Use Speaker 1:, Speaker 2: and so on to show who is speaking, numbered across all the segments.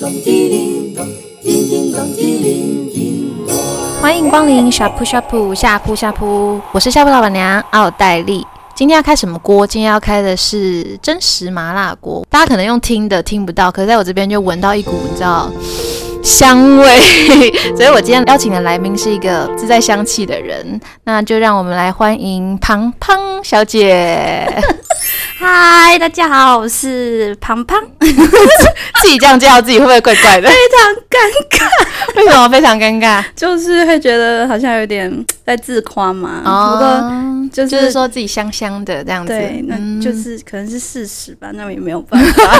Speaker 1: 咚叮铃咚，叮叮咚叮铃叮咚。
Speaker 2: 欢迎光临小铺下铺下铺下铺，我是下铺老板娘奥黛丽。今天要开什么锅？今天要开的是真实麻辣锅。大家可能用听的听不到，可是在我这边就闻到一股你知道香味， 所以我今天邀请的来宾是一个自带香气的人，那就让我们来欢迎庞庞小 姐。
Speaker 3: 嗨，大家好，我是庞庞，非
Speaker 2: 自己这样叫自己会不会怪怪的？
Speaker 3: 常尴 尬，
Speaker 2: 为什么非常尴尬？
Speaker 3: 就是会觉得好像有点在自夸嘛。 不过
Speaker 2: 哦，
Speaker 3: 就是、
Speaker 2: 就是说自己香香的这样子，
Speaker 3: 对，那
Speaker 2: 嗯
Speaker 3: 就是、可能是事实吧，那也没有办 法。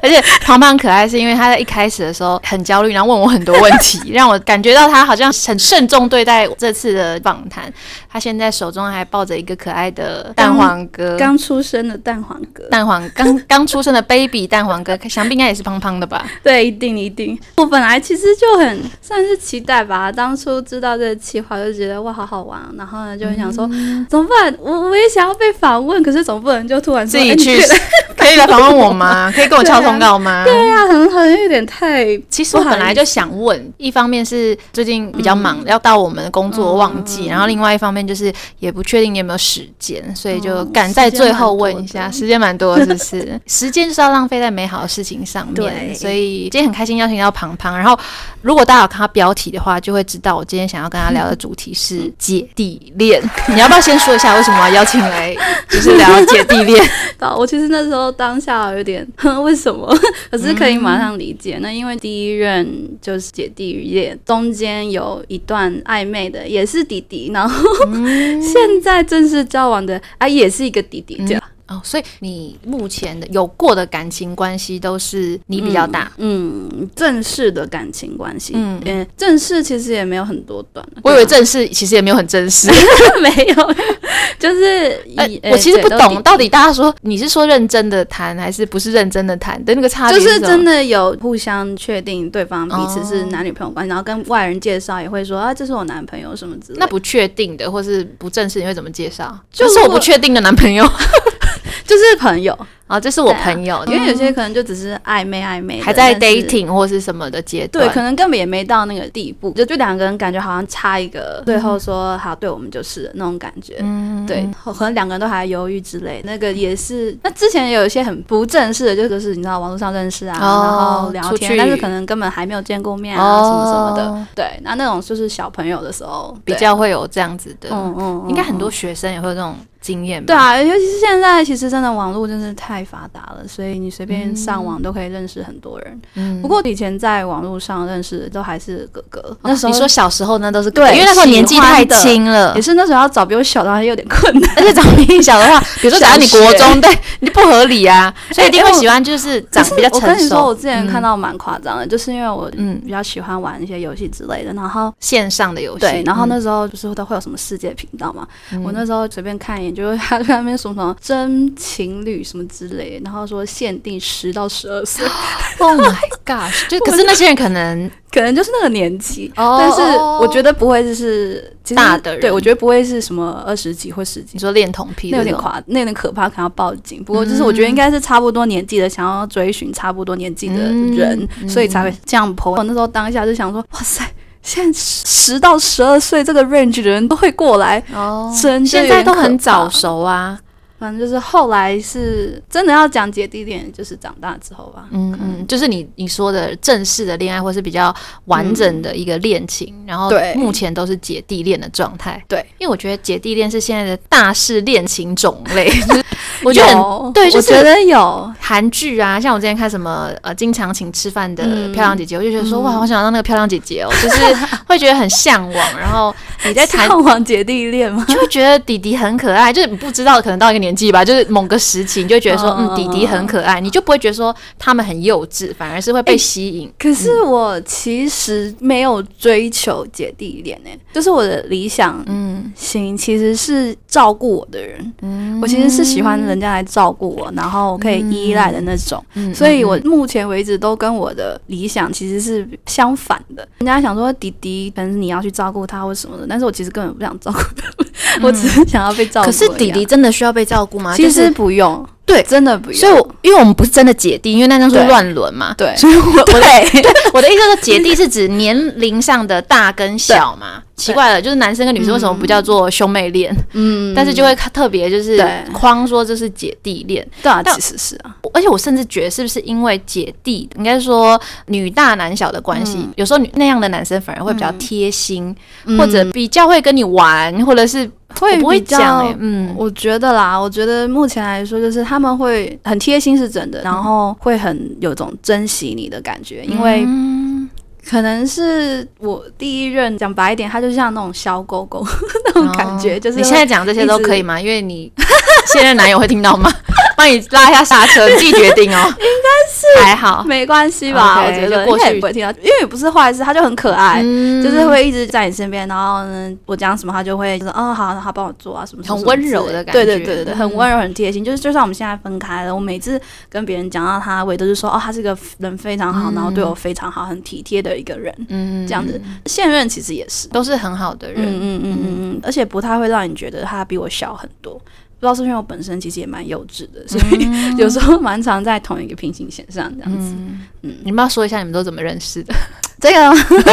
Speaker 2: 而且庞庞可爱是因为他在一开始的时候很焦虑，然后问我很多问 题，让我感觉到他好像很慎重对待这次的访谈。他现在手中还抱着一个可爱的蛋黄哥，
Speaker 3: 嗯刚出生的蛋黄哥，
Speaker 2: 蛋黄刚刚出生的 baby 蛋黄哥，想必应该也是胖胖的吧？
Speaker 3: 对，一定一定。我本来其实就很算是期待吧，当初知道这个计划就觉得哇，好好玩啊，然后呢就很想说、
Speaker 2: 嗯
Speaker 3: 怎么办？我我也想要被访问，可是总不能就突然
Speaker 2: 自
Speaker 3: 说
Speaker 2: 己
Speaker 3: 哎你
Speaker 2: 去
Speaker 3: 觉得
Speaker 2: 可以来访问我吗？可以跟我敲通告吗？
Speaker 3: 对啊，很好像有点太
Speaker 2: 其实我本来就想问，一方面是最近比较忙，要到我们工作旺季，然后另外一方面就是也不确定你有没有时哦间，所以就赶在最后问一下，时间蛮多的，是不 是？时间就是要浪费在美好的事情上面，
Speaker 3: 对
Speaker 2: 所以今天很开心邀请到庞庞。然后如果大家有看他标题的话，就会知道我今天想要跟他聊的主题是姐弟 恋。你要不要先说一下为什么要邀请来，就是聊姐弟 恋？
Speaker 3: 到，哦我其实那时候当下有点为什么， 可是可以马上理解。那因为第一任就是姐弟恋，中间有一段暧昧的，也是弟弟，然后、
Speaker 2: 嗯
Speaker 3: 现在正式交往的啊，也是一个弟弟这样。
Speaker 2: 哦，所以你目前的有过的感情关系都是你比较大。
Speaker 3: 嗯，正式的感情关系，
Speaker 2: 嗯
Speaker 3: 嗯，正式其实也没有很多段啊，
Speaker 2: 我以为
Speaker 3: 对
Speaker 2: 正式其实也没有很正式，
Speaker 3: 啊 没有，就是
Speaker 2: 呃
Speaker 3: 以、
Speaker 2: 我其实
Speaker 3: 对
Speaker 2: 不
Speaker 3: 都弟
Speaker 2: 懂
Speaker 3: 弟
Speaker 2: 到底大家说你是说认真的谈还是不是认真的谈的那个差别
Speaker 3: 就
Speaker 2: 什
Speaker 3: 是
Speaker 2: 么哦
Speaker 3: 真的有互相确定对方彼此是男女朋友关系，然后跟外人介绍也会说啊，这是我男朋友什么之类的。
Speaker 2: 那不确定的或是不正式，你会怎么介绍？
Speaker 3: 就
Speaker 2: 这
Speaker 3: 如
Speaker 2: 是
Speaker 3: 果
Speaker 2: 我不确定的男 朋友
Speaker 3: 就是朋友，
Speaker 2: 啊，这是我朋友，
Speaker 3: 因为有些可能就只是暧昧暧嗯昧的，
Speaker 2: 还在
Speaker 3: 但是
Speaker 2: dating 或是什么的阶段。
Speaker 3: 对，可能根本也没到那个地步，就就两个人感觉好像差一个，最后说好，对我们就是了那种感觉。
Speaker 2: 嗯
Speaker 3: 对，可能两个人都还犹豫之类，那个也是。那之前也有一些很不正式的，就就是你知道网络上认识啊，
Speaker 2: 哦
Speaker 3: 然后聊
Speaker 2: 出去
Speaker 3: 天，但是可能根本还没有见过面啊，
Speaker 2: 哦
Speaker 3: 什么什么的。对，那那种就是小朋友的时候
Speaker 2: 比，较会有这样子的
Speaker 3: 对，嗯嗯，嗯
Speaker 2: 应该很多。学生也会有这种经验吧。
Speaker 3: 对啊，尤其是现在，其实真的网络真是太发达了，所以你随便上网都可以认识很多人。
Speaker 2: 嗯，
Speaker 3: 不过以前在网络上认识的都还是哥哥，那时候
Speaker 2: 哦你说小时候那都是
Speaker 3: 对
Speaker 2: 因为那时候年纪
Speaker 3: 喜欢
Speaker 2: 太
Speaker 3: 的
Speaker 2: 轻了
Speaker 3: 也，是那时候要找比我小的，还有点困难。
Speaker 2: 而且长比你小 的话，比如说假如你
Speaker 3: 小
Speaker 2: 国
Speaker 3: 学
Speaker 2: 中，对，你就不合理啊， 所以一定会
Speaker 3: 哎我
Speaker 2: 喜欢就是 长
Speaker 3: 可是
Speaker 2: 比较
Speaker 3: 我
Speaker 2: 成
Speaker 3: 跟你说，
Speaker 2: 熟
Speaker 3: 我之前看到蛮夸张的，就是因为我
Speaker 2: 嗯
Speaker 3: 嗯比较喜欢玩一些游戏之类的，然后。
Speaker 2: 线上的游戏。
Speaker 3: 对，然后
Speaker 2: 嗯？
Speaker 3: 那时候就是都会有什么世界频道嘛，我那时候随便看一眼，就会他在那边说什么真情侣什么之类的，然后说限定十到十二 岁，
Speaker 2: Oh my gosh！就 可是那些人可能
Speaker 3: 可能就是那个年纪。
Speaker 2: 哦
Speaker 3: 但是我觉得不会就是其实
Speaker 2: 大的人
Speaker 3: 对我觉得不会是什么二十几或十几
Speaker 2: 你，说恋童癖
Speaker 3: 那有
Speaker 2: 这
Speaker 3: 点
Speaker 2: 种嗯
Speaker 3: 夸，那有点可怕，可能要报警。不过就是我觉得应该是差不多年纪的，想要追寻差不多年纪的人，
Speaker 2: 嗯
Speaker 3: 所以才会这样 po。我那时候当下就想说，哇塞，现在十到十二岁这个 range 的人都会过来，
Speaker 2: 哦，
Speaker 3: 真的
Speaker 2: 现
Speaker 3: 有
Speaker 2: 在
Speaker 3: 点
Speaker 2: 都
Speaker 3: 可
Speaker 2: 很
Speaker 3: 怕
Speaker 2: 早。熟啊。
Speaker 3: 反正就是后来是真的要讲姐弟恋，就是长大之后吧。
Speaker 2: 嗯嗯，就是你你说的正式的恋爱，或是比较完整的一个恋情，然后
Speaker 3: 对
Speaker 2: 目前都是姐弟恋的状态。
Speaker 3: 对，
Speaker 2: 因为我觉得姐弟恋是现在的大势恋情种类， 就是我觉得很
Speaker 3: 有
Speaker 2: 对就是
Speaker 3: 我觉得有，
Speaker 2: 韩剧啊，像我之前看什么呃，经常请吃饭的
Speaker 3: 嗯
Speaker 2: 漂亮姐姐，我就觉得说、哇，好想当那个漂亮姐姐哦， 就是会觉得很向往。然后你 在谈，
Speaker 3: 向往姐弟恋吗？
Speaker 2: 就会觉得弟弟很可爱，就是你不知道，可能到一个年纪吧，就是某个时期，你就会觉得说
Speaker 3: 嗯
Speaker 2: 嗯，弟哎弟很可爱，你就不会觉得说他们很幼稚，反而是会被吸引。
Speaker 3: 可是
Speaker 2: 嗯
Speaker 3: 我其实没有追求姐弟恋诶、就是我的理想
Speaker 2: 嗯，
Speaker 3: 型其实是照顾我的人，
Speaker 2: 嗯
Speaker 3: 我其实是喜欢人家来照顾我，然后我可以依赖的那种。
Speaker 2: 嗯
Speaker 3: 所以我目前为止都跟我的理想其实是相反的。人家想说弟弟，可能你要去照顾他或什么的，但是我其实根
Speaker 2: 嗯
Speaker 3: 本不想照顾他们，我只是想要被照顾。啊
Speaker 2: 可是弟弟，真的需要被照顾吗？
Speaker 3: 其
Speaker 2: 就是
Speaker 3: 实不用，
Speaker 2: 对
Speaker 3: 真的不用。
Speaker 2: 所以我因为我们不是真的姐弟，因为那张是
Speaker 3: 对
Speaker 2: 乱伦嘛。
Speaker 3: 对
Speaker 2: 所以我我的
Speaker 3: 对
Speaker 2: 我的意思是，姐弟是指年龄上的大跟小嘛。奇怪了，就是男生跟女生为什么不叫做兄妹恋？
Speaker 3: 嗯
Speaker 2: 但是就会特别就是
Speaker 3: 对
Speaker 2: 框说这是姐弟恋。
Speaker 3: 对啊，
Speaker 2: 但
Speaker 3: 其实是啊，
Speaker 2: 而且我甚至觉得是不是因为姐弟，应该说女大男小的关系，
Speaker 3: 嗯
Speaker 2: 有时候女那样的男生反而会比较贴心，或者比较会跟你玩，或者是
Speaker 3: 嗯会
Speaker 2: 我不会
Speaker 3: 比较
Speaker 2: 讲、欸？嗯，
Speaker 3: 我觉得啦，我觉得目前来说，就是他们会很贴心是真的，然后会很有种珍惜你的感觉，因为
Speaker 2: 嗯嗯
Speaker 3: 可能是我第一任，讲白一点，他就像那种小狗狗 那种感觉，
Speaker 2: 哦
Speaker 3: 就是
Speaker 2: 你现在讲这些都
Speaker 3: 一直
Speaker 2: 可以吗？因为你现任男友会听到吗？ 帮你拉一下刹车，你自己决定 哦。应该是还好，
Speaker 3: 没关系吧
Speaker 2: OK，
Speaker 3: 我觉得
Speaker 2: 就过去
Speaker 3: 应该也不会听到，因为也不是坏事，他就很可爱。
Speaker 2: 嗯
Speaker 3: 就是会一直在你身边，然后呢，我讲什么他就会说，哦，好，他帮我做啊，什么什么
Speaker 2: 很温
Speaker 3: 什么之类
Speaker 2: 柔的感
Speaker 3: 对
Speaker 2: 觉
Speaker 3: 对对对对，
Speaker 2: 嗯
Speaker 3: 很温柔，很贴心。就是就算我们现在分开了，我每次跟别人讲到他，我也都是说，哦，他是个人非常好，然后对我非常好，很体贴的一个人。
Speaker 2: 嗯
Speaker 3: 这样子，现任其实也是，
Speaker 2: 都是很好的
Speaker 3: 嗯
Speaker 2: 人。
Speaker 3: 嗯嗯嗯嗯，而且不太会让你觉得他比我小很多。不知道是因为我本身其实也蛮幼稚的，所以
Speaker 2: 嗯
Speaker 3: 有时候蛮常在同一个平行线上这样子。
Speaker 2: 你们要说一下你们都怎么认识的？
Speaker 3: 这个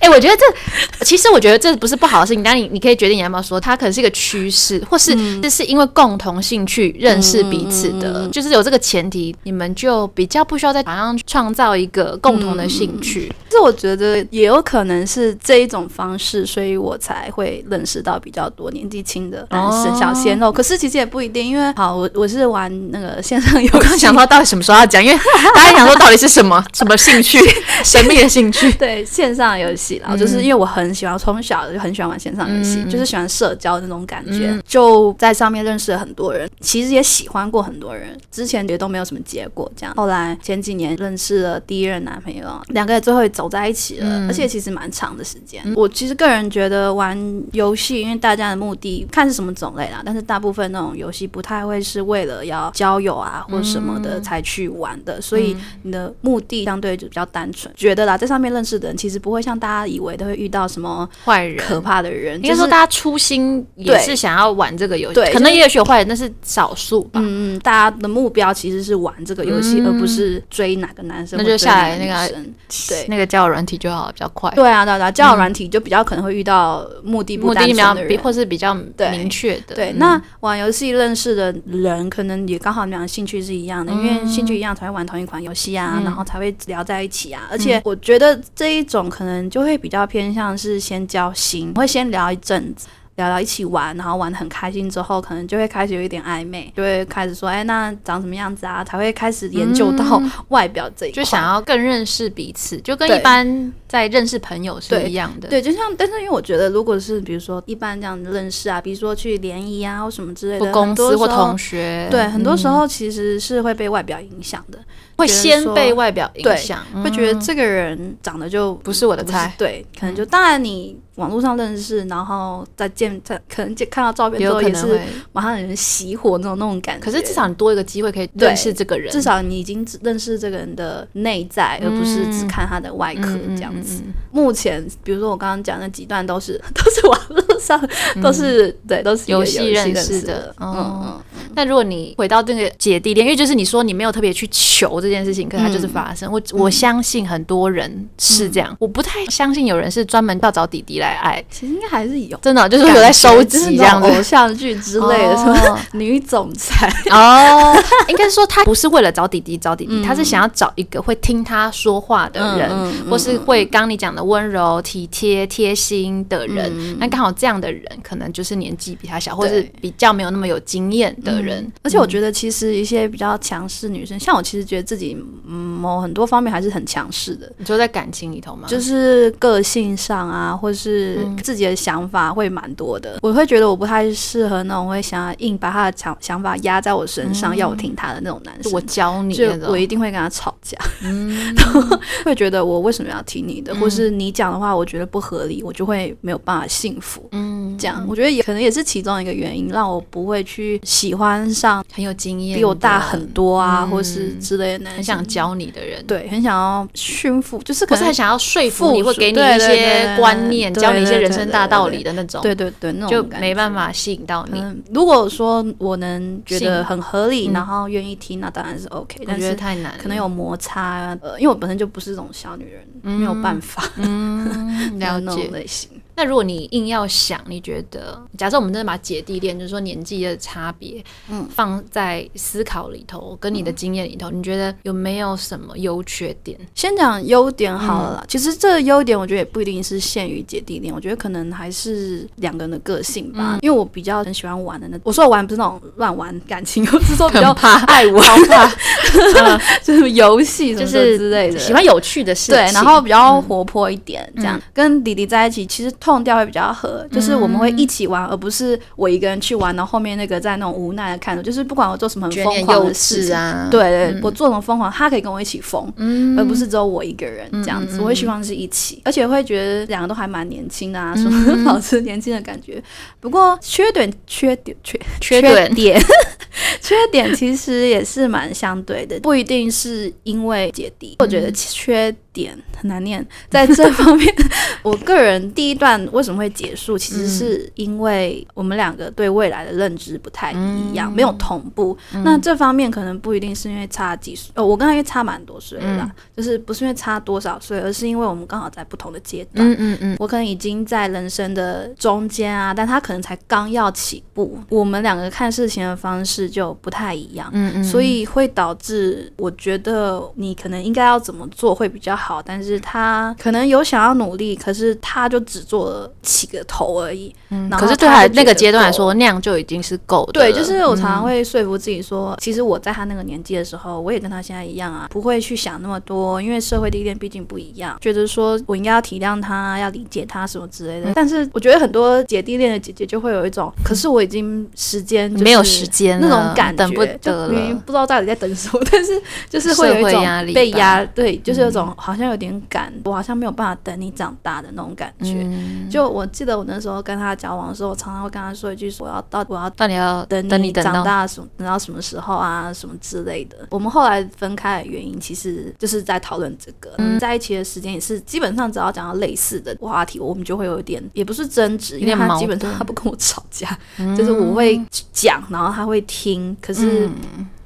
Speaker 2: 哎、我觉得 这，其实我觉得这不是不好的事情，但你你可以决定你要不要说，它可能是一个趋势，或是这是因为共同兴趣认识彼此的，就是有这个前提，你们就比较不需要在场上创造一个共同的兴趣。
Speaker 3: 这我觉得也有可能是这一种方式，所以我才会认识到比较多年纪轻的男生、
Speaker 2: 哦
Speaker 3: 小鲜肉。可是其实也不一定，因为好，我我是玩 那个线上游 戏，
Speaker 2: 我刚想到到底什么时候要讲，因为 大家想说到底是什么什么兴 趣，神秘的兴趣。
Speaker 3: 对线上游戏啦，就是因为我很喜欢，从小就很喜欢玩线上游戏，
Speaker 2: 嗯
Speaker 3: 就是喜欢社交那种感觉，就在上面认识了很多人，其实也喜欢过很多人，之前也都没有什么结果，这样。后来前几年认识了第一任男朋友，两个人最后也走在一起了，
Speaker 2: 嗯
Speaker 3: 而且其实蛮长的时间。我其实个人觉得玩游戏，因为大家的目的看是什么种类啦，但是大部分那种游戏不太会是为了要交友啊或什么
Speaker 2: 嗯
Speaker 3: 的才去玩的，所以你的目的相对就比较单纯。觉得啦，在上面认识的人其实不会像大家以为都会遇到什么
Speaker 2: 坏人，
Speaker 3: 可怕的人，
Speaker 2: 应该说
Speaker 3: 就是
Speaker 2: 大家初心也
Speaker 3: 对
Speaker 2: 是想要玩这个游戏
Speaker 3: 对，
Speaker 2: 可
Speaker 3: 就
Speaker 2: 能
Speaker 3: 是
Speaker 2: 也许有坏人，但是少数吧。嗯
Speaker 3: 嗯嗯，大家的目标其实是玩这个游戏，而不是追哪个男生
Speaker 2: 那
Speaker 3: 或
Speaker 2: 就
Speaker 3: 追
Speaker 2: 下来
Speaker 3: 哪
Speaker 2: 那
Speaker 3: 女
Speaker 2: 个
Speaker 3: 生。对
Speaker 2: 那个交友软体就好了，比较快。
Speaker 3: 对啊，对啊，对啊，交友软体就比较可能会遇到目的不
Speaker 2: 目
Speaker 3: 单
Speaker 2: 的比
Speaker 3: 纯
Speaker 2: 较
Speaker 3: 的
Speaker 2: 比
Speaker 3: 人，
Speaker 2: 或是比较
Speaker 3: 对
Speaker 2: 明确的。
Speaker 3: 对，
Speaker 2: 嗯
Speaker 3: 那玩游戏认识的人，可能也刚好你们俩兴趣是一样
Speaker 2: 嗯
Speaker 3: 的，因为兴趣一样才会玩同一款游戏啊，然后才会聊在一起啊。而
Speaker 2: 嗯
Speaker 3: 且我觉得这一种可能就会比较偏向是先交心，会先聊一阵子。聊聊一起玩，然后玩的很开心之后，可能就会开始有一点暧昧，就会开始说，哎，那长什么样子啊？才会开始研究到 外表这一
Speaker 2: 嗯
Speaker 3: 块，
Speaker 2: 就想要更认识彼此，就跟
Speaker 3: 对
Speaker 2: 一般在认识朋友是一样的。
Speaker 3: 对，就像，但是因为我觉得，如果是比如说一般这样认识啊，比如说去联谊啊或什么之类
Speaker 2: 或
Speaker 3: 的，
Speaker 2: 公
Speaker 3: 很多
Speaker 2: 司或
Speaker 3: 时候
Speaker 2: 同学，嗯
Speaker 3: 对，很多时候其实是会被外表影响的，
Speaker 2: 会
Speaker 3: 觉得
Speaker 2: 先
Speaker 3: 说
Speaker 2: 被外表影
Speaker 3: 对
Speaker 2: 响，
Speaker 3: 会
Speaker 2: 嗯
Speaker 3: 觉得这个人长得就
Speaker 2: 不是我的
Speaker 3: 不是
Speaker 2: 菜嗯
Speaker 3: 对，可能就当然你网络上认识，然后再见，再可能见看到照片
Speaker 2: 也
Speaker 3: 之
Speaker 2: 有
Speaker 3: 后
Speaker 2: 可
Speaker 3: 也
Speaker 2: 能
Speaker 3: 是
Speaker 2: 会。
Speaker 3: 马上有人熄火那种那种感觉。
Speaker 2: 可是至少你多一个机会可以
Speaker 3: 对
Speaker 2: 认识这个人，
Speaker 3: 至少你已经认识这个人的内在，而不是只看他的外壳
Speaker 2: 嗯嗯
Speaker 3: 这样子。
Speaker 2: 嗯嗯
Speaker 3: 目前，比如说我刚刚讲那几段都是 都是网络上、都是对都是一
Speaker 2: 嗯
Speaker 3: 个
Speaker 2: 游
Speaker 3: 游
Speaker 2: 戏
Speaker 3: 戏
Speaker 2: 认
Speaker 3: 认
Speaker 2: 识
Speaker 3: 识
Speaker 2: 的
Speaker 3: 嗯
Speaker 2: 哦
Speaker 3: 嗯，
Speaker 2: 那如果你回到这个姐弟恋，因为就是你说你没有特别去求这件事情，可是它就是
Speaker 3: 嗯
Speaker 2: 发生。我我相信很多人是这样，我不太相信有人是专门要找弟弟来爱，
Speaker 3: 其实应该还是有。
Speaker 2: 真的就是有在收
Speaker 3: 就是
Speaker 2: 集
Speaker 3: 那
Speaker 2: 这样子
Speaker 3: 种偶像剧之类的，什么
Speaker 2: 哦
Speaker 3: 女总裁，
Speaker 2: 哦，应该是说他不是为了找弟弟找弟弟，他是想要找一个会听他说话的人，
Speaker 3: 嗯嗯
Speaker 2: 或是会刚你讲的温柔、体贴、贴心的人。
Speaker 3: 嗯
Speaker 2: 那刚好这样的人，可能就是年纪比他小，或是比较没有那么有经验的人。
Speaker 3: 而且我觉得其实一些比较强势女生，像我其实觉得自己嗯某很多方面还是很强势的，
Speaker 2: 你说在感情里头
Speaker 3: 啊
Speaker 2: 吗？
Speaker 3: 就是个性上啊，或是自己的想法会蛮多的。我会觉得我不太适合那种会想要硬把他的想想法压在我身上，要我嗯听他的那种男
Speaker 2: 就
Speaker 3: 生。
Speaker 2: 我教你
Speaker 3: 就
Speaker 2: 那种
Speaker 3: 我一嗯定会跟他吵架， 然后会觉得我为什么要听你的，或是你讲的话我觉得不合理，我就会没有办法幸福。嗯，讲，我觉得也可能也是其中一个原因，让我不会去喜欢上
Speaker 2: 很有经验，
Speaker 3: 比我大很，多啊，
Speaker 2: 嗯
Speaker 3: 或是之类的男生，
Speaker 2: 很想教你的人，，
Speaker 3: 对，很想要驯服，就是
Speaker 2: 不
Speaker 3: 可
Speaker 2: 是
Speaker 3: 能
Speaker 2: 很想要说服
Speaker 3: 附
Speaker 2: 你，
Speaker 3: 属
Speaker 2: 或给你
Speaker 3: 对
Speaker 2: 一
Speaker 3: 对
Speaker 2: 些
Speaker 3: 对
Speaker 2: 观念，
Speaker 3: 对
Speaker 2: 教你一些
Speaker 3: 对
Speaker 2: 人
Speaker 3: 对
Speaker 2: 生
Speaker 3: 对
Speaker 2: 大
Speaker 3: 对
Speaker 2: 道
Speaker 3: 对
Speaker 2: 理的那种，
Speaker 3: 对对对，那种
Speaker 2: 就
Speaker 3: 感
Speaker 2: 没
Speaker 3: 觉
Speaker 2: 办。法吸引到你。
Speaker 3: 嗯，如果说我能觉得
Speaker 2: 信
Speaker 3: 很合理，
Speaker 2: 嗯
Speaker 3: 然后愿意听，那当然是 OK。
Speaker 2: 我
Speaker 3: 但
Speaker 2: 觉得
Speaker 3: 是
Speaker 2: 太难了，
Speaker 3: 可能有摩擦啊，呃，因为我本身就不是这种小女人，没有办法
Speaker 2: 嗯
Speaker 3: 的
Speaker 2: 了
Speaker 3: 那
Speaker 2: 解
Speaker 3: 种。类型。
Speaker 2: 那如果你硬要想，你觉得假设我们真的把姐弟恋，就是说年纪的差别，
Speaker 3: 嗯
Speaker 2: 放在思考里头，跟你的经验里头，你觉得有没有什么优缺点？
Speaker 3: 先讲优点好
Speaker 2: 嗯
Speaker 3: 了啦，其实这个优点我觉得也不一定是限于姐弟恋，我觉得可能还是两个人的个性吧。
Speaker 2: 嗯
Speaker 3: 因为我比较很喜欢玩的那，我说的玩不是那种乱玩感情，我是说比较
Speaker 2: 怕
Speaker 3: 爱玩，
Speaker 2: 嗯
Speaker 3: 就是游戏什
Speaker 2: 就
Speaker 3: 么的
Speaker 2: 是
Speaker 3: 之类的，
Speaker 2: 喜欢有趣的事情，
Speaker 3: 对，然后比较活泼一点，这样、
Speaker 2: 嗯
Speaker 3: 跟弟弟在一起，其实痛调会比较合，就是我们会一起玩，而不是我一个人去玩，然后后面那个在那种无奈的看着，就是不管我做什么很
Speaker 2: 卷
Speaker 3: 疯
Speaker 2: 点
Speaker 3: 狂
Speaker 2: 幼
Speaker 3: 的事
Speaker 2: 稚
Speaker 3: 情，
Speaker 2: 啊，
Speaker 3: 对对，我做什么疯狂，他可以跟我一起疯。
Speaker 2: 嗯，
Speaker 3: 而不是只有我一个人这样
Speaker 2: 嗯
Speaker 3: 子，
Speaker 2: 嗯
Speaker 3: 我会希望是一起，而且会觉得两个都还蛮年轻的啊，
Speaker 2: 嗯
Speaker 3: 什么保持年轻的感觉。不过缺点、缺点、缺
Speaker 2: 缺
Speaker 3: 点
Speaker 2: 点
Speaker 3: 缺点其实也是蛮相对的，不一定是因为姐弟。我
Speaker 2: 嗯
Speaker 3: 觉得缺点很难念，在这方面， 我个人第一段为什么会结束，其实
Speaker 2: 嗯
Speaker 3: 是因为我们两个对未来的认知不太一
Speaker 2: 嗯
Speaker 3: 样，没有同步。那这方面可能不一定是因为差几岁，呃，我跟他因为差蛮多岁的啦，
Speaker 2: 嗯
Speaker 3: 就是不是因为差多少岁，而是因为我们刚好在不同的阶段。
Speaker 2: 嗯嗯嗯，
Speaker 3: 我可能已经在人生的中间啊，但他可能才刚要起步，我们两个看事情的方式就不太一样，
Speaker 2: 嗯嗯
Speaker 3: 所以会导致我觉得你可能应该要怎么做会比较好，但是他可能有想要努力，可是他就只做了起个头而已，然后
Speaker 2: 嗯可是对他
Speaker 3: 他就觉得
Speaker 2: 那个阶段来
Speaker 3: 够
Speaker 2: 说，
Speaker 3: 了。
Speaker 2: 那样就已经是够的了，
Speaker 3: 对，就是我常常
Speaker 2: 嗯
Speaker 3: 会说服自己说，其实我在他那个年纪的时候，我也跟他现在一样啊，不会去想那么多，因为社会历练毕竟不一样，觉得说我应该要体谅他，要理解他什么之
Speaker 2: 嗯
Speaker 3: 类的。但是我觉得很多姐弟恋的姐姐就会有一种，可是我已经时间、就是、
Speaker 2: 没有时间了
Speaker 3: 那种感觉，
Speaker 2: 等不
Speaker 3: 就
Speaker 2: 得
Speaker 3: 明明
Speaker 2: 了，
Speaker 3: 不知道到底在等什么，但是就是会有一
Speaker 2: 社
Speaker 3: 种
Speaker 2: 会压力嗯
Speaker 3: 被
Speaker 2: 吧
Speaker 3: 压，对，就是有种好像有点赶，我好像没有办法等你长大的那种感觉。
Speaker 2: 嗯，
Speaker 3: 就我记得我那时候跟他交往的时候，我常常会跟他说一句说我要到我要
Speaker 2: 到底要
Speaker 3: 等
Speaker 2: 等你
Speaker 3: 你
Speaker 2: 等
Speaker 3: 长
Speaker 2: 到
Speaker 3: 大什么，等到什么时候啊，什么之类的。我们后来分开的原因，其实就是在讨论这个。我
Speaker 2: 嗯
Speaker 3: 们在一起的时间也是基本上只要讲到类似的话题，我们就会有一点，也不是争执，因为
Speaker 2: 有点
Speaker 3: 他
Speaker 2: 矛嗯
Speaker 3: 基本上他不跟我吵架，就是我会讲，然后他会听，可是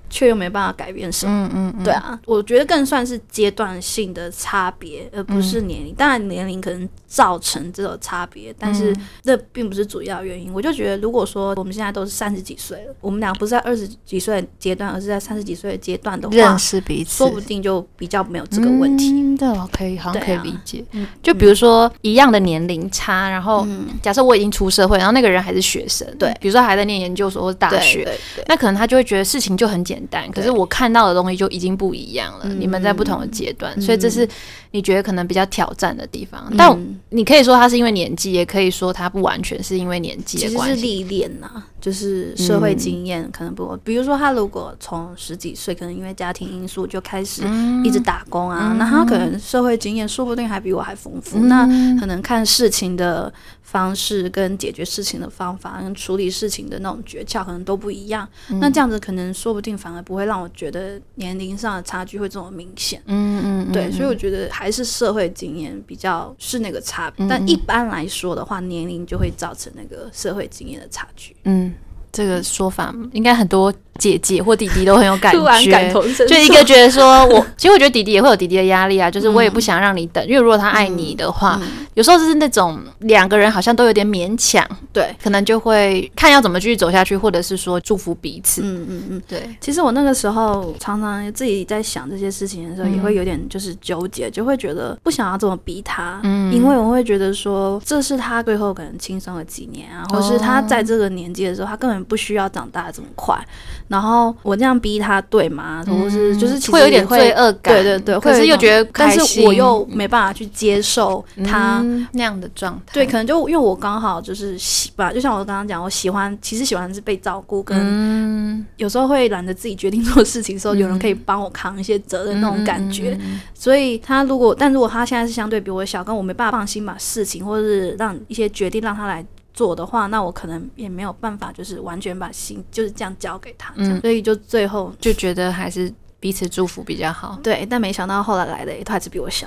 Speaker 3: 却又没办法改变什么。
Speaker 2: 嗯嗯嗯，
Speaker 3: 对啊，我觉得更算是阶段性的差别，而不
Speaker 2: 嗯
Speaker 3: 是年龄。当然，年龄可能造成这种差别，但是
Speaker 2: 嗯
Speaker 3: 这并不是主要原因。我就觉得，如果说我们现在都是三十几岁了，我们俩不是在二十几岁的阶段，而是在三十几岁的阶段的话
Speaker 2: 认，识彼此，
Speaker 3: 说不定就比较没有这个问题。
Speaker 2: 嗯、对，我可以，好像可以
Speaker 3: 对啊嗯
Speaker 2: 理解。嗯就比如说一样的年龄差，然后假设我已经出社会，然后那个人还是学生，
Speaker 3: 对
Speaker 2: 比如说还在念研究所或大
Speaker 3: 对
Speaker 2: 学。
Speaker 3: 对对
Speaker 2: 那可能他就会觉得事情就很简单，可是我看到的东西就已经不一样了。
Speaker 3: 嗯
Speaker 2: 你们在不同的阶段，所以这是你觉得可能比较挑战的地方。
Speaker 3: 嗯
Speaker 2: 但你可以说他是因为年纪，也可以说他不完全是因为年纪
Speaker 3: 其
Speaker 2: 的
Speaker 3: 实是
Speaker 2: 关系。
Speaker 3: 历练呐、就是社会经验可能不够。比如说，他如果从十几岁，可能因为家庭因素就开始
Speaker 2: 嗯
Speaker 3: 一直打工啊，那他可能社会经验说不定还比我还丰富。
Speaker 2: 嗯
Speaker 3: 那可能看事情的方式、跟解决事情的方法、跟处理事情的那种诀窍，可能都不一样。
Speaker 2: 嗯
Speaker 3: 那这样子可能说不定反而不会让我觉得年龄上的差距会这么明显。
Speaker 2: 嗯嗯，嗯
Speaker 3: 对，所以我觉得还是社会经验比较是那个差
Speaker 2: 嗯
Speaker 3: 别，但一般来说的话，年龄就会造成那个社会经验的差距。
Speaker 2: 嗯，这个说法应该很多姐姐或弟弟都很有感觉。
Speaker 3: 突然感同身受，
Speaker 2: 就一个觉得说我，其实我觉得弟弟也会有弟弟的压力啊，就是我也
Speaker 3: 嗯
Speaker 2: 不想让你等，因为如果他爱你的话，有时候就是那种两个人好像都有点勉强，
Speaker 3: 对，
Speaker 2: 可能就会看要怎么继续走下去，或者是说祝福彼此。
Speaker 3: 嗯嗯嗯。
Speaker 2: 对，
Speaker 3: 其实我那个时候常常自己在想这些事情的时候，也会有点就是纠结，就会觉得不想要这么逼他，因为我会觉得说这是他最后可能轻松了几年啊，或是他在这个年纪的时候，他根本不需要长大得这么快。然后我这样逼他对吗？或是就是其实
Speaker 2: 嗯会有一点
Speaker 3: 也会
Speaker 2: 罪恶感，
Speaker 3: 对对对，
Speaker 2: 可
Speaker 3: 会有
Speaker 2: 是
Speaker 3: 一
Speaker 2: 又
Speaker 3: 种
Speaker 2: 觉得
Speaker 3: 但
Speaker 2: 开
Speaker 3: 是
Speaker 2: 心
Speaker 3: 我又没办法去接受他。
Speaker 2: 嗯那样的状态，
Speaker 3: 对，可能就因为我刚好就是喜吧，就像我刚刚讲，我喜欢，其实喜欢是被照顾，跟
Speaker 2: 嗯，
Speaker 3: 有时候会懒得自己决定做事情的时候，有人可以帮我扛一些责任那种感
Speaker 2: 嗯
Speaker 3: 觉。所以他如果，但如果他现在是相对比我小，跟我没办法放心把事情或是让一些决定让他来做的话，那我可能也没有办法，就是完全把心就是这样交给他，这样
Speaker 2: 嗯
Speaker 3: 所以就最后
Speaker 2: 就觉得还是彼此祝福比较好。
Speaker 3: 对，但没想到后来来的他还是比我小，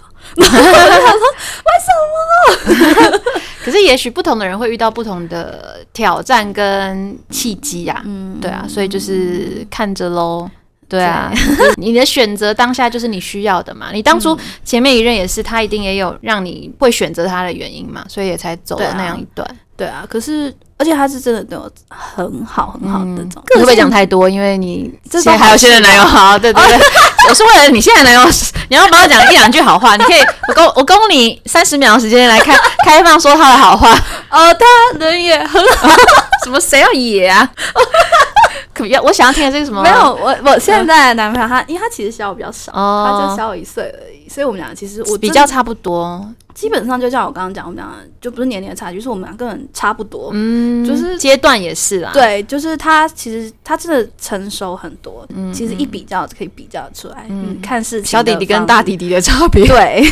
Speaker 2: 可是也许不同的人会遇到不同的挑战跟契机啊，嗯，对啊，所以就是看着喽。对啊，就是你的选择当下就是你需要的嘛。你当
Speaker 3: 嗯
Speaker 2: 初前面一任也是，他一定也有让你会选择他的原因嘛，所以也才走
Speaker 3: 对
Speaker 2: 了
Speaker 3: 啊
Speaker 2: 那样一段。
Speaker 3: 对啊，可是而且他是真的对我很好很好的那种，
Speaker 2: 嗯你会不会
Speaker 3: 性
Speaker 2: 讲太多？因为你
Speaker 3: 这
Speaker 2: 现在
Speaker 3: 都
Speaker 2: 还有现任男友，好，对对对，我是为了你现在男友，你要帮我讲一两句好话，你可以，我供我供你三十秒的时间来开开放说他的好话，
Speaker 3: 哦，他人也很好，
Speaker 2: 什么谁要野啊？可不要，我想要听的这个什么
Speaker 3: 没有我我现在的男朋友他，因为他其实小我比较少，他就
Speaker 2: 哦，
Speaker 3: 小我一岁而已，所以我们俩其实我
Speaker 2: 比
Speaker 3: 真
Speaker 2: 较差不多，
Speaker 3: 基本上就像我刚刚讲，我们俩就不是年龄的差距，是我们俩根本差不多，
Speaker 2: 嗯，
Speaker 3: 就是
Speaker 2: 阶段也是啦，，
Speaker 3: 对，就是他其实他真的成熟很多，其实一比较可以比较出来，嗯，看事情
Speaker 2: 嗯小弟
Speaker 3: 的
Speaker 2: 弟跟
Speaker 3: 方
Speaker 2: 大弟弟的差别，
Speaker 3: 对，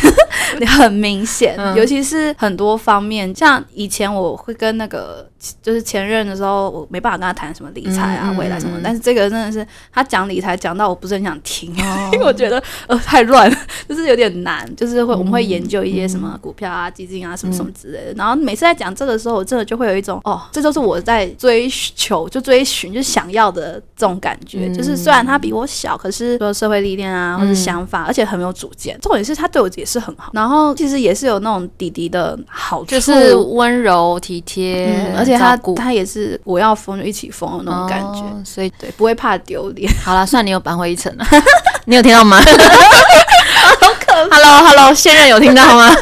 Speaker 3: 很明显，
Speaker 2: 嗯
Speaker 3: 尤其是很多方面，像以前我会跟那个就是前任的时候，我没办法跟他谈什么理财啊、
Speaker 2: 嗯嗯
Speaker 3: 未来什么，
Speaker 2: 嗯
Speaker 3: 但是这个真的是他讲理财讲到我不是很想听， 因为我觉得呃太乱， 了，就是有点难，就是
Speaker 2: 嗯
Speaker 3: 会、我们会研究一些什么股票啊、基金啊什么什么之类的，然后每次在讲这个的时候，我真的就会有一种哦，这就是我在追求就追寻就想要的这种感
Speaker 2: 嗯
Speaker 3: 觉，就是虽然他比我小，可是说社会历练啊或者想法，而且很有主见，重点是他对我也是很好，然后其实也是有那种弟弟的好处，
Speaker 2: 就是温柔体贴
Speaker 3: 嗯，，而且他
Speaker 2: 照顾
Speaker 3: 他也是我要疯就一起疯的那种感觉，
Speaker 2: 哦所以
Speaker 3: 对，不会怕丢脸。
Speaker 2: 好了，算你有扳回一城 了。你有听到吗？好可怕！Hello Hello，现任有听到吗？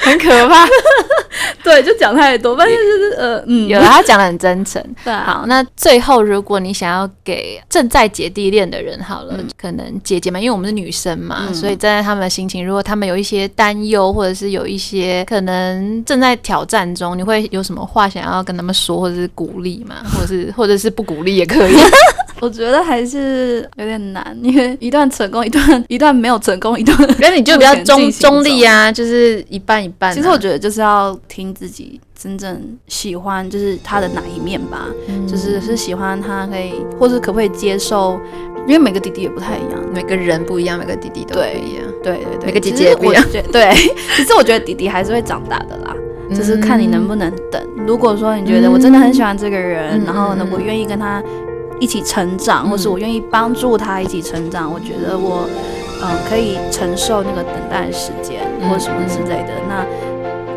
Speaker 2: 很可怕。
Speaker 3: 对，就讲太多，但是就是呃，嗯，
Speaker 2: 有了，他讲的很真诚。
Speaker 3: 对啊，
Speaker 2: 好，那最后如果你想要给正在姐弟恋的人，好了，可能姐姐们，因为我们是女生嘛，所以站在他们的心情，如果他们有一些担忧，或者是有一些可能正在挑战中，你会有什么话想要跟他们说，或者是鼓励 吗？或者是或者是不鼓励也 可以。
Speaker 3: 我觉得还是有点难，因为一段成功，一段一段没有成功，一段。
Speaker 2: 那你就比 较中
Speaker 3: 目前进行中
Speaker 2: 中立啊，就是一半一半啊、
Speaker 3: 其实我觉得就是要听自己真正喜欢，就是他的哪一面吧，
Speaker 2: 嗯
Speaker 3: 就是是喜欢他可以，或是可不可以接受，因为每个弟弟也不太一样。
Speaker 2: 每个人不一样，每个弟弟都不
Speaker 3: 对
Speaker 2: 一样。
Speaker 3: 对对对，
Speaker 2: 每个姐姐也不一样
Speaker 3: 其实我觉得。对， 其实我觉得弟弟还是会长大的啦，只是看你能不能等。如果说你觉得我真的很喜欢这个人，
Speaker 2: 嗯
Speaker 3: 然后呢
Speaker 2: 嗯，嗯
Speaker 3: 我愿意跟他一起成长，或是我愿意帮助他一起成长，我觉得我嗯可以承受那个等待的时间
Speaker 2: 嗯
Speaker 3: 或什么之类的。那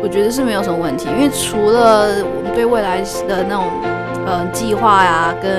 Speaker 3: 我觉得是没有什么问题，因为除了我们对未来的那种。呃，计划呀，跟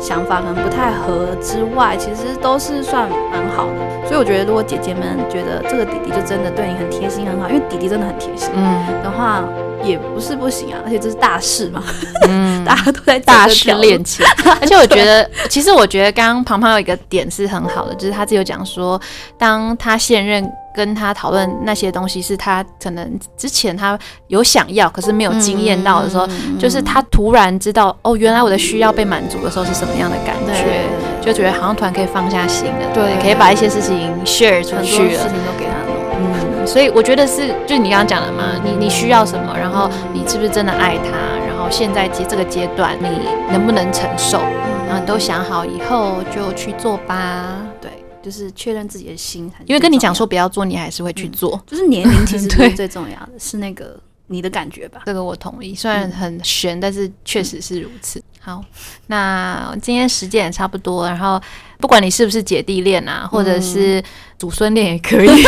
Speaker 3: 想法可能不太合之外，其实都是算蛮好的。所以我觉得，如果姐姐们觉得这个弟弟就真的对你很贴心很好，因为弟弟真的很贴心
Speaker 2: 嗯
Speaker 3: 的话，也不是不行啊。而且这是大事嘛，
Speaker 2: 嗯，
Speaker 3: 大家都 在
Speaker 2: 大
Speaker 3: 走这
Speaker 2: 事
Speaker 3: 条路
Speaker 2: 恋情。 而且我觉得，其实我觉得刚刚庞庞有一个点是很好的，就是他自己有讲说，当他现任跟他讨论那些东西，是他可能之前他有想要，可是没有经验到的时候，就是他突然知道，哦，原来我的需要被满足的时候是什么样的感
Speaker 3: 对
Speaker 2: 觉。就觉得好像突然可以放下心了，
Speaker 3: 对
Speaker 2: 也可以把一些事情 share 出
Speaker 3: 很多
Speaker 2: 去
Speaker 3: 事
Speaker 2: 了
Speaker 3: 情，都给他弄。
Speaker 2: 嗯，所以我觉得是，就你刚刚讲的嘛，你你需要什么，然后你是不是真的爱他，然后现在阶这个阶段你能不能承受，然后你都想好以后就去做吧。
Speaker 3: 对，就是确认自己的心才是最重要的，
Speaker 2: 因为跟你讲说不要做，你还是会去做，
Speaker 3: 就是年 龄其实不
Speaker 2: 对
Speaker 3: 是最重要的，是那个你的感觉吧。
Speaker 2: 这个我同意。虽然很悬，但是确实是如此。好，那今天时间也差不多，然后不管你是不是姐弟恋啊，或者是祖孙恋也可以，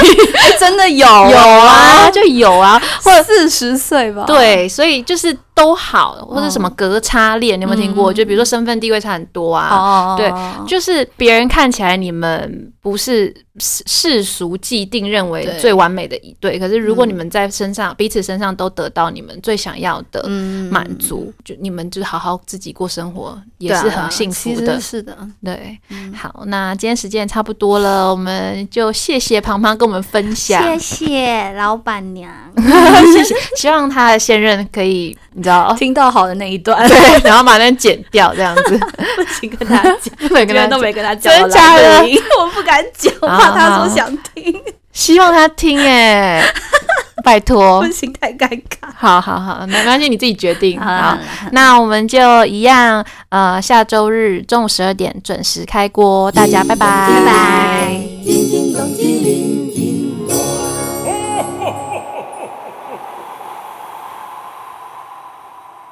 Speaker 3: 真的有
Speaker 2: 哎有啊，，就有啊，
Speaker 3: 或者四十岁吧，
Speaker 2: 对，所以就是都好，或者什么隔差恋，你有没有听过？就比如说身份地位差很多啊，
Speaker 3: 嗯哦，
Speaker 2: 对就是别人看起来你们不是世世俗既定认为
Speaker 3: 对
Speaker 2: 最完美的一对，可是如果你们在身上、彼此身上都得到你们最想要的
Speaker 3: 嗯
Speaker 2: 满足，就你们就是好好自己过生活，也
Speaker 3: 对啊嗯
Speaker 2: 是很幸福
Speaker 3: 其
Speaker 2: 的
Speaker 3: 实。是的，
Speaker 2: 对，好，那今天时间也差不多了，我们就谢谢庞庞跟我们分享，
Speaker 3: 谢老板娘，
Speaker 2: 希望他的现任可以，你知道，
Speaker 3: 听到好的那一 段，
Speaker 2: 对，然后把那剪掉这样 子，
Speaker 3: 不行跟他 讲，
Speaker 2: 每
Speaker 3: 居
Speaker 2: 个
Speaker 3: 然
Speaker 2: 人
Speaker 3: 都
Speaker 2: 都
Speaker 3: 没跟他讲，
Speaker 2: 真
Speaker 3: 我
Speaker 2: 假
Speaker 3: 懒得
Speaker 2: 的啊
Speaker 3: 理我不敢讲，
Speaker 2: 好
Speaker 3: 怕他
Speaker 2: 好
Speaker 3: 说想听。
Speaker 2: 希望他听哎、 拜托
Speaker 3: 不。行，太尴尬。
Speaker 2: 好好好，没关系，你自己决定。
Speaker 3: 好啦
Speaker 2: 好
Speaker 3: 好，啦
Speaker 2: 那我们就一样，呃，下周日中午十二点准时开锅，大家拜拜，
Speaker 1: 拜拜。叮叮